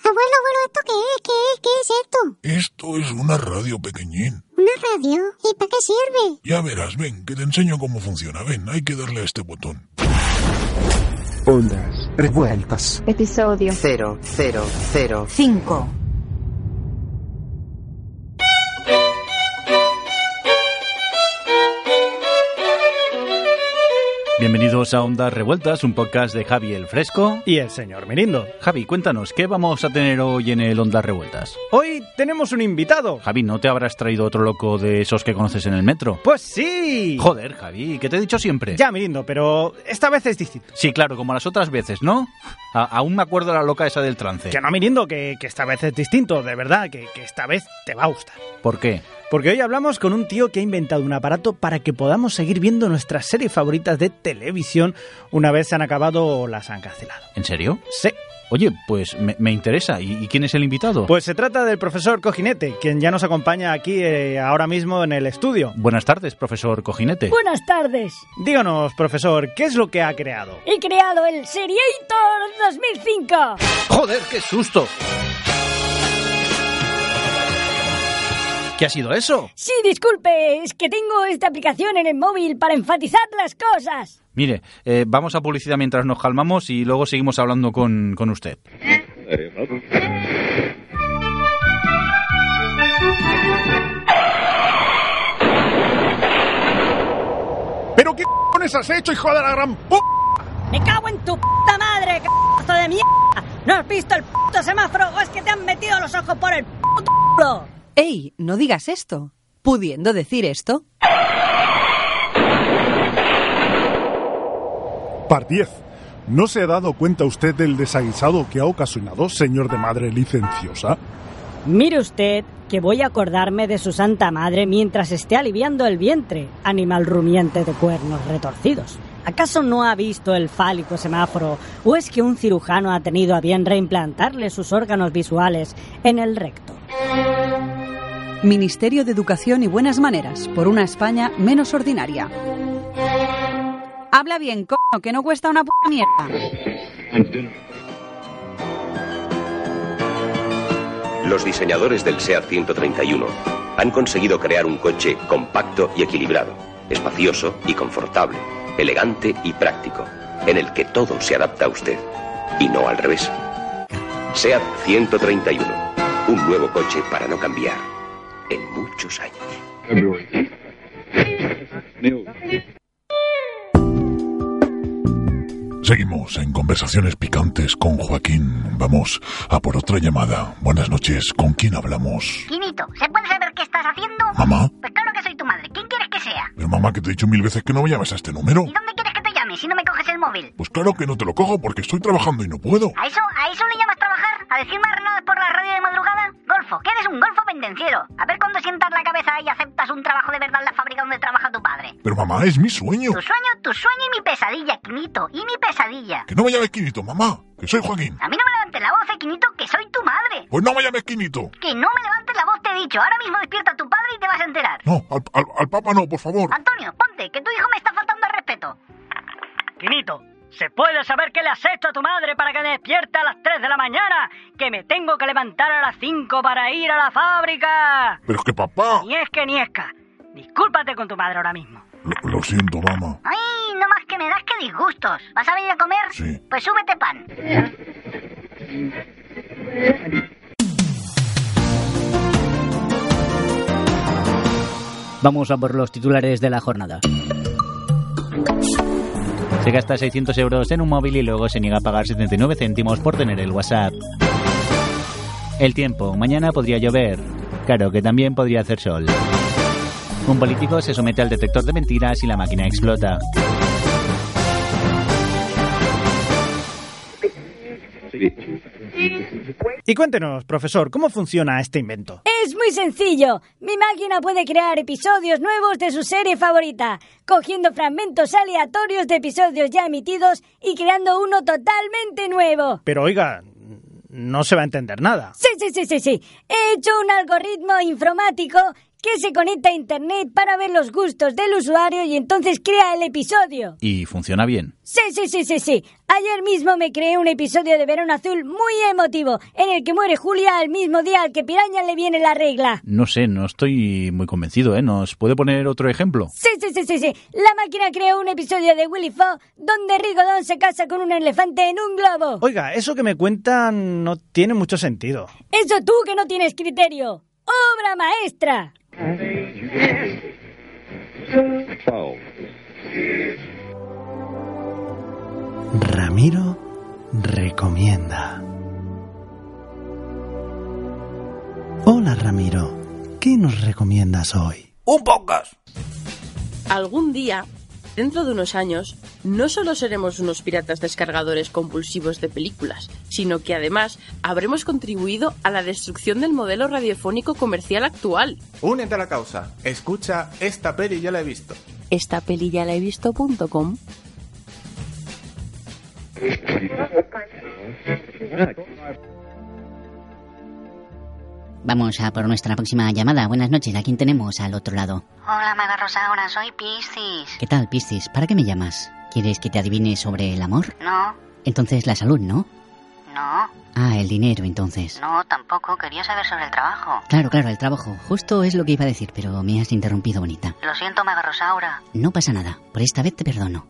abuelo, abuelo, ¿esto qué es? ¿Qué es? ¿Qué es esto? Esto es una radio pequeñín. ¿Una radio? ¿Y para qué sirve? Ya verás, ven, que te enseño cómo funciona. Ven, hay que darle a este botón. Ondas revueltas. Episodio 0, 0, 0. 5. Bienvenidos a Ondas Revueltas, un podcast de Javi el Fresco. y el señor Mirindo. Javi, cuéntanos, ¿qué vamos a tener hoy en el Ondas Revueltas? Hoy tenemos un invitado. Javi, ¿no te habrás traído otro loco de esos que conoces en el metro? Pues sí. Joder, Javi, ¿qué te he dicho siempre? Ya, Mirindo, pero esta vez es distinto. Sí, claro, como las otras veces, ¿no? A- aún me acuerdo la loca esa del trance. Que no, Mirindo, que, que esta vez es distinto, de verdad, que, que esta vez te va a gustar. ¿Por qué? Porque hoy hablamos con un tío que ha inventado un aparato para que podamos seguir viendo nuestras series favoritas de televisión una vez se han acabado o las han cancelado. ¿En serio? Sí. Oye, pues me, me interesa. ¿Y, y quién es el invitado? Pues se trata del profesor Cojinete, quien ya nos acompaña aquí eh, ahora mismo en el estudio. Buenas tardes, profesor Cojinete. Buenas tardes. Díganos, profesor, ¿qué es lo que ha creado? He creado el Seriator 2005. Pues, ¡Joder, qué susto! ¿Qué ha sido eso? Sí, disculpe, es que tengo esta aplicación en el móvil para enfatizar las cosas. Mire, eh, vamos a publicidad mientras nos calmamos y luego seguimos hablando con, con usted. ¿Pero qué cojones has hecho, hijo de la gran p... ¡Me cago en tu puta madre, c***azo de mierda! ¿No has visto el puto semáforo o es que te han metido los ojos por el puto culo? ¡Ey! No digas esto. Pudiendo decir esto. Par 10. ¿No se ha dado cuenta usted del desaguisado que ha ocasionado, señor de madre licenciosa? Mire usted que voy a acordarme de su santa madre mientras esté aliviando el vientre, animal rumiante de cuernos retorcidos. ¿Acaso no ha visto el fálico semáforo o es que un cirujano ha tenido a bien reimplantarle sus órganos visuales en el recto? Ministerio de Educación y Buenas Maneras, por una España menos ordinaria. Habla bien, coño, que no cuesta una puta mierda. Los diseñadores del SEAT 131 han conseguido crear un coche compacto y equilibrado, espacioso y confortable, elegante y práctico, en el que todo se adapta a usted y no al revés. SEAT 131, un nuevo coche para no cambiar en muchos años. Seguimos en conversaciones picantes con Joaquín. Vamos a por otra llamada. Buenas noches, ¿con quién hablamos? Quinito, ¿se puede saber qué estás haciendo? ¿Mamá? Pues claro que soy tu madre. ¿Quién quieres que sea? Pero mamá, que te he dicho mil veces que no me llames a este número. ¿Y dónde quieres que te llame si no me coges el móvil? Pues claro que no te lo cojo porque estoy trabajando y no puedo. ¿A eso, a eso le llamas trabajar? ¿A decir marranadas por la radio de madrugada? Golfo, que eres un golfo pendenciero. A ver cuándo sientas la cabeza y aceptas un trabajo de verdad en la fábrica donde trabaja tu padre. Pero mamá, es mi sueño. Tu sueño, tu sueño y mi pesadilla, Quinito. Y mi pesadilla. Que no me llames Quinito, mamá. Que soy Joaquín. A mí no me levantes la voz, eh, Quinito, que soy tu madre. Pues no me llames Quinito. Que no me levantes la voz, te he dicho. Ahora mismo despierta a tu padre y te vas a enterar. No, al, al, al papa no, por favor. Antonio, ponte, que tu hijo me está faltando al respeto. Quinito, ¿se puede saber qué le has hecho a tu madre para que me despierta a las 3 de la mañana? Que me tengo que levantar a las 5 para ir a la fábrica. Pero es que papá... Ni es que ni esca. Discúlpate con tu madre ahora mismo. Lo, lo siento, mamá. Ay, no más que me das que disgustos. ¿Vas a venir a comer? Sí. Pues súbete pan. Vamos a por los titulares de la jornada. Se gasta 600 euros en un móvil y luego se niega a pagar 79 céntimos por tener el WhatsApp. El tiempo. Mañana podría llover. Claro que también podría hacer sol. Un político se somete al detector de mentiras y la máquina explota. Y cuéntenos, profesor, ¿cómo funciona este invento? Es muy sencillo. Mi máquina puede crear episodios nuevos de su serie favorita, cogiendo fragmentos aleatorios de episodios ya emitidos y creando uno totalmente nuevo. Pero oiga, no se va a entender nada. Sí, sí, sí, sí, sí. He hecho un algoritmo informático que se conecta a Internet para ver los gustos del usuario y entonces crea el episodio. Y funciona bien. Sí, sí, sí, sí, sí. Ayer mismo me creé un episodio de Verón Azul muy emotivo, en el que muere Julia al mismo día al que Piraña le viene la regla. No sé, no estoy muy convencido, ¿eh? ¿Nos puede poner otro ejemplo? Sí, sí, sí, sí, sí. La máquina creó un episodio de Willy Fogg donde Rigodón se casa con un elefante en un globo. Oiga, eso que me cuentan no tiene mucho sentido. Eso tú que no tienes criterio. ¡Obra maestra! Ramiro recomienda. Hola Ramiro, ¿qué nos recomiendas hoy? Un podcast. Algún día, dentro de unos años, no solo seremos unos piratas descargadores compulsivos de películas, sino que además habremos contribuido a la destrucción del modelo radiofónico comercial actual. Únete a la causa. Escucha, esta peli ya la he visto. Esta peli ya la he visto.com. Vamos a por nuestra próxima llamada. Buenas noches, ¿a quién tenemos al otro lado? Hola, Maga Rosaura, soy Piscis. ¿Qué tal, Piscis? ¿Para qué me llamas? ¿Quieres que te adivine sobre el amor? No, Entonces la salud, ¿no? no, Ah, el dinero, entonces. no, tampoco. Quería saber sobre el trabajo. Claro, claro, el trabajo. Justo es lo que iba a decir, pero me has interrumpido, bonita. Lo siento, Maga Rosaura. No pasa nada, por esta vez te perdono.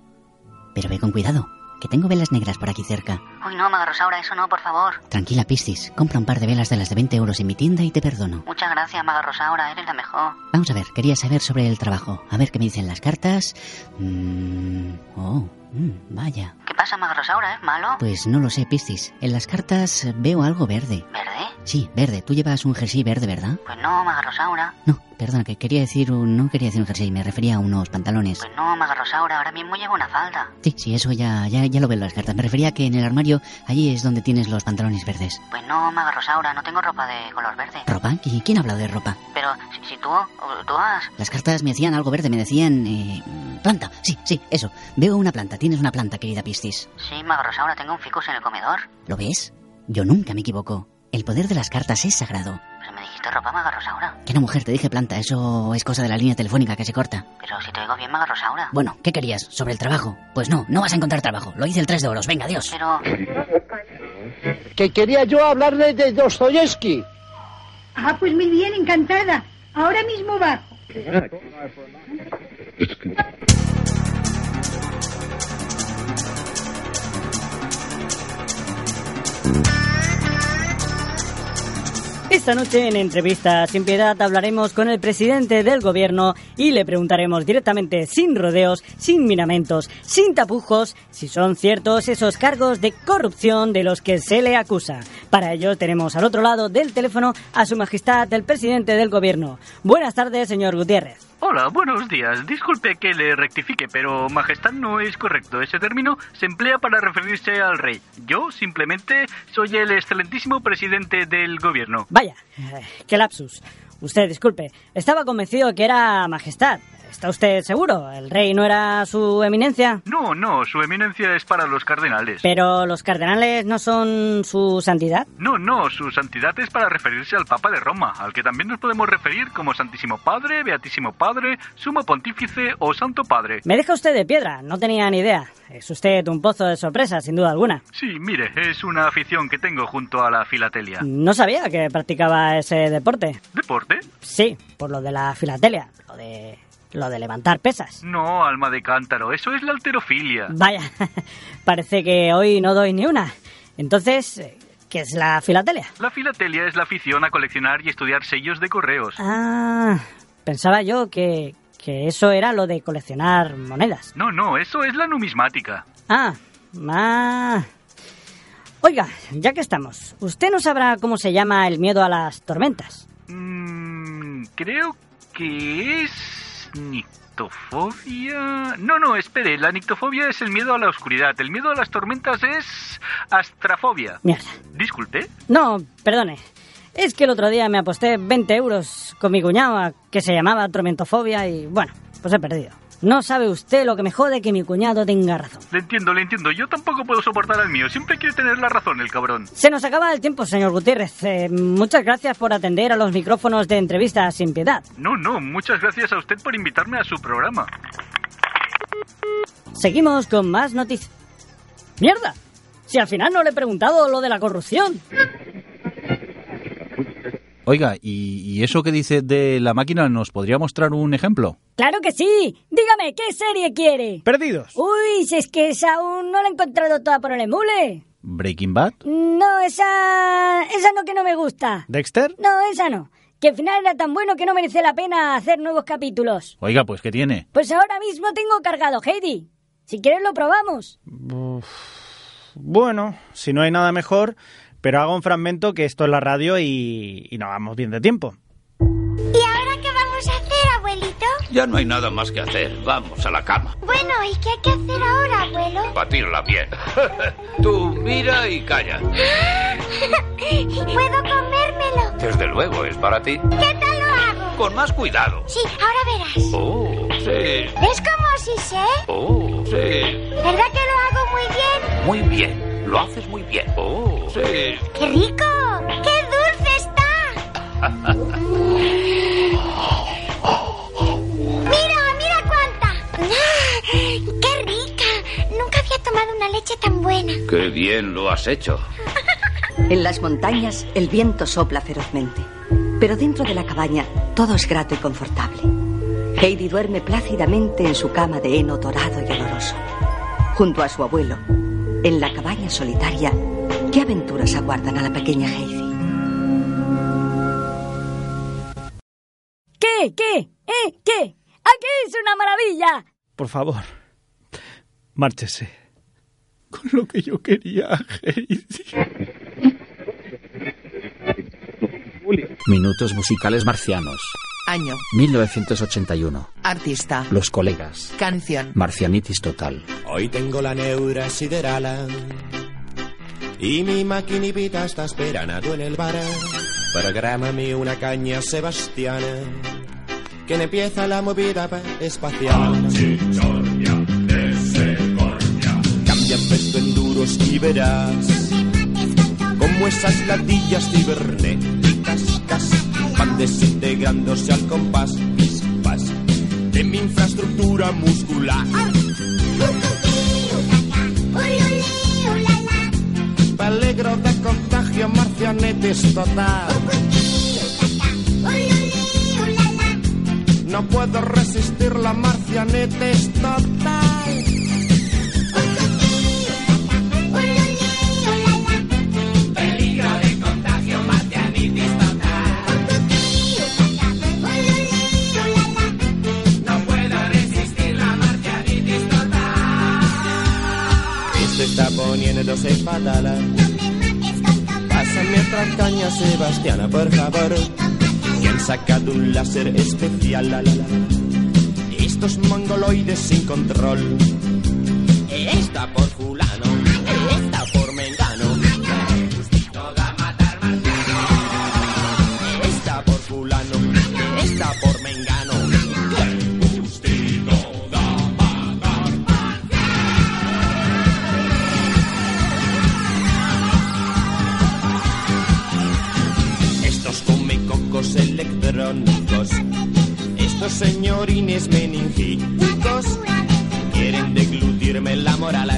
Pero ve con cuidado, que tengo velas negras por aquí cerca. Uy, no, Maga Rosaura, eso no, por favor. Tranquila, Piscis, compra un par de velas de las de 20 euros en mi tienda y te perdono. Muchas gracias, Maga Rosaura, eres la mejor. Vamos a ver, quería saber sobre el trabajo. A ver qué me dicen las cartas. Mm, oh, mm, vaya. ¿Qué pasa, Maga Rosaura? ¿Es malo? Pues no lo sé, Piscis. En las cartas veo algo verde. ¿Verde? Sí, verde. Tú llevas un jersey verde, ¿verdad? Pues no, Maga Rosaura. No, perdona, que quería decir un... No quería decir un jersey, me refería a unos pantalones. Pues no, Maga Rosaura, ahora mismo llevo una falda. Sí, sí, eso ya, ya, ya lo veo en las cartas. Me refería a que en el armario, allí es donde tienes los pantalones verdes. Pues no, Maga Rosaura, no tengo ropa de color verde. ¿Ropa? ¿Y quién ha hablado de ropa? Pero si, si tú, o- tú has... Las cartas me decían algo verde, me decían... eh, planta, sí, sí, eso. Veo una planta, tienes una planta, querida Piscis. Sí, Maga Rosaura, tengo un ficus en el comedor. ¿Lo ves? Yo nunca me equivoco. El poder de las cartas es sagrado. Pero me dijiste ropa, Maga Rosaura. Que no, mujer, te dije planta, eso es cosa de la línea telefónica que se corta. Pero si te oigo bien, Maga Rosaura. Bueno, ¿qué querías? ¿Sobre el trabajo? Pues no, no vas a encontrar trabajo. Lo hice el 3 de oros, venga, adiós. Pero... que quería yo hablarle de Dostoyevsky. Ah, pues muy bien, encantada. Ahora mismo va. Esta noche en Entrevista sin Piedad hablaremos con el presidente del gobierno y le preguntaremos directamente, sin rodeos, sin miramentos, sin tapujos, si son ciertos esos cargos de corrupción de los que se le acusa. Para ello tenemos al otro lado del teléfono a su majestad el presidente del gobierno. Buenas tardes, señor Gutiérrez. Hola, buenos días. Disculpe que le rectifique, pero majestad no es correcto. Ese término se emplea para referirse al rey. Yo simplemente soy el excelentísimo presidente del gobierno. Vaya, qué lapsus. Usted, disculpe, estaba convencido que era majestad. ¿Está usted seguro? ¿El rey no era su eminencia? No, no, su eminencia es para los cardenales. Pero los cardenales no son su santidad. No, no, su santidad es para referirse al Papa de Roma, al que también nos podemos referir como Santísimo Padre, Beatísimo Padre, Sumo Pontífice o Santo Padre. Me deja usted de piedra, no tenía ni idea. Es usted un pozo de sorpresa, sin duda alguna. Sí, mire, es una afición que tengo junto a la filatelia. No sabía que practicaba ese deporte. ¿Deporte? Sí, por lo de la filatelia, lo de lo de levantar pesas. No, alma de cántaro, eso es la alterofilia. Vaya, parece que hoy no doy ni una. Entonces, eh, ¿qué es la filatelia? La filatelia es la afición a coleccionar y estudiar sellos de correos. Ah, pensaba yo que que eso era lo de coleccionar monedas. No, no, eso es la numismática. Ah, ah. Oiga, ya que estamos, usted no sabrá cómo se llama el miedo a las tormentas. Mm, creo que es nictofobia. No, no, espere, la nictofobia es el miedo a la oscuridad. El miedo a las tormentas es astrafobia. Mierda. Disculpe. No, perdone. Es que el otro día me aposté 20 euros con mi cuñado a- que se llamaba Tormentofobia y bueno, pues he perdido. No sabe usted lo que me jode que mi cuñado tenga razón. Le entiendo, le entiendo. Yo tampoco puedo soportar al mío. Siempre quiere tener la razón, el cabrón. Se nos acaba el tiempo, señor Gutiérrez. Eh, muchas gracias por atender a los micrófonos de entrevista sin piedad. No, no. Muchas gracias a usted por invitarme a su programa. Seguimos con más noticias. ¡Mierda! Si al final no le he preguntado lo de la corrupción. Oiga, ¿y, y eso que dice de la máquina nos podría mostrar un ejemplo? Claro que sí. Dígame, ¿qué serie quiere? Perdidos. Uy, si es que esa aún no la he encontrado toda por el emule. ¿Breaking Bad? No, esa... Esa no que no me gusta. ¿Dexter? No, esa no. Que al final era tan bueno que no merece la pena hacer nuevos capítulos. Oiga, pues ¿qué tiene? Pues ahora mismo tengo cargado Heidi. Si quieres lo probamos. Uf. Bueno, si no hay nada mejor, pero hago un fragmento que esto es la radio y, y no vamos bien de tiempo. ¿Y ahora qué vamos a hacer, abuelito? Ya no hay nada más que hacer. Vamos a la cama. Bueno, ¿y qué hay que hacer ahora, abuelo? Batirla bien. Tú mira y calla. ¡Ah! ¿Puedo comérmelo? Desde luego, es para ti. ¿Qué tal lo hago? Con más cuidado. Sí, ahora verás. Oh, sí. ¿Ves como si sé? Oh, sí. ¿Verdad que lo hago muy bien? Muy bien. Lo haces muy bien. Oh, sí. ¡Qué rico! ¡Qué dulce está! ¡Mira, mira cuánta! ¡Ah! ¡Qué rica! Nunca había tomado una leche tan buena. Qué bien lo has hecho. En las montañas el viento sopla ferozmente, pero dentro de la cabaña todo es grato y confortable. Heidi duerme plácidamente en su cama de heno dorado y oloroso, junto a su abuelo, en la cabaña solitaria. ¿Qué aventuras aguardan a la pequeña Heidi? ¿Qué? ¿Qué? ¿Eh? ¿Qué? ¡Aquí es una maravilla! Por favor, márchese. Con lo que yo quería, Heidi. Minutos musicales marcianos. Año 1981. Artista. Los colegas. Canción. Marcianitis total. Hoy tengo la neura siderala. Y mi maquinipita está esperando en el bar. Prográmame una caña sebastiana. Que empieza la movida espacial. de Segovia. Cambia peso en duros y verás. Como esas latillas cibernéticas van desintegrándose al compás pas, de mi infraestructura muscular. Peligro de contagio, marcianetes total. No puedo resistir la marcianetes total. está poniendo seis patadas. No me mates con Pásame otra caña, Sebastiana, por favor. Y han sacado un láser especial. La, la, la. Estos mongoloides sin control. Esta por fulano. Esta por mengano. Gustito da matar marciano. Esta por fulano. Esta por mengano. electrónicos. Estos señorines meningíticos quieren deglutirme la moral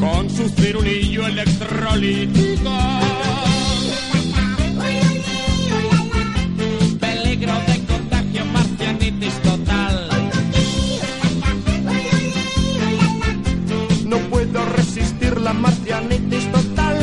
con su cirulillo electrolítico. Peligro de contagio marcianitis total. No puedo resistir la marcianitis total.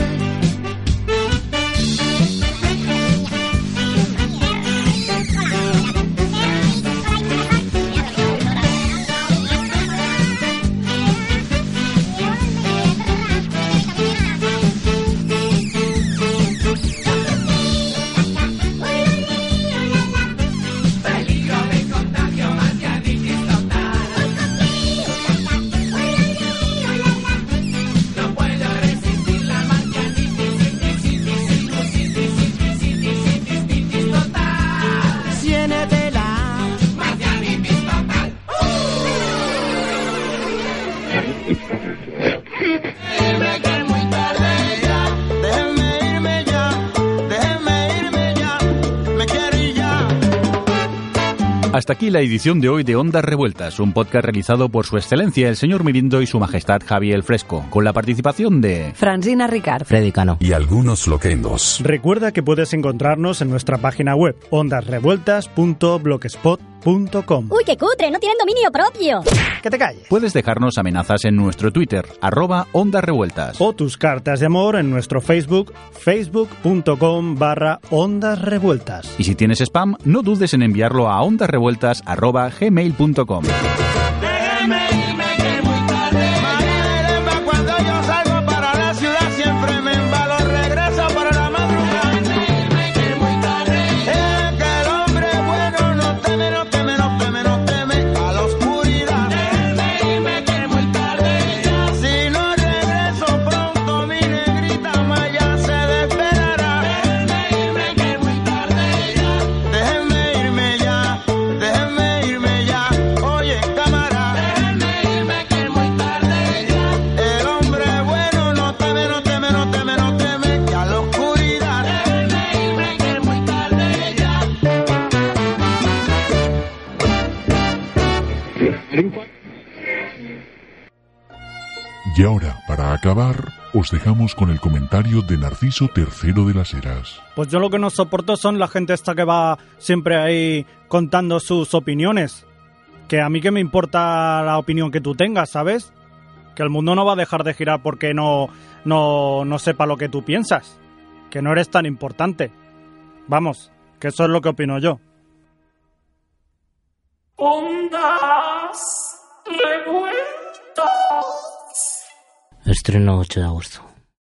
Hasta aquí la edición de hoy de Ondas Revueltas, un podcast realizado por Su Excelencia el señor Mirindo y Su Majestad Javier Fresco, con la participación de Francina Ricard. Freddy Cano. Y algunos loquendos. Recuerda que puedes encontrarnos en nuestra página web ondasrevueltas.blogspot.com. ¡Uy, qué cutre! ¡No tienen dominio propio! ¡Que te calles! Puedes dejarnos amenazas en nuestro Twitter, arroba Ondas Revueltas. O tus cartas de amor en nuestro Facebook, facebook.com barra Ondas Revueltas. Y si tienes spam, no dudes en enviarlo a ondasrevueltas.gmail.com. Déjeme irme que muy tarde. Mañana cuando yo salgo para la ciudad siempre me embalo. Regreso para la madrugada. Déjeme que muy tarde. Es que el hombre bueno no teme, no teme, no teme, no teme a la oscuridad. Déjeme irme que muy tarde. Si no regreso pronto mi negrita maya se desesperará. Déjeme irme que muy tarde. Déjeme irme ya. Déjeme irme ya. Oye, cámara. Déjeme irme que muy tarde ya. El hombre bueno no teme, no teme, no teme, no teme que a la oscuridad. Déjeme irme que muy tarde ya. Y ahora, para acabar, os dejamos con el comentario de Narciso III de las Heras. Pues yo lo que no soporto son la gente esta que va siempre ahí contando sus opiniones. Que a mí que me importa la opinión que tú tengas, ¿sabes? Que el mundo no va a dejar de girar porque no, no, no sepa lo que tú piensas. Que no eres tan importante. Vamos, que eso es lo que opino yo. Ondas revueltas. Estreno 8 de agosto.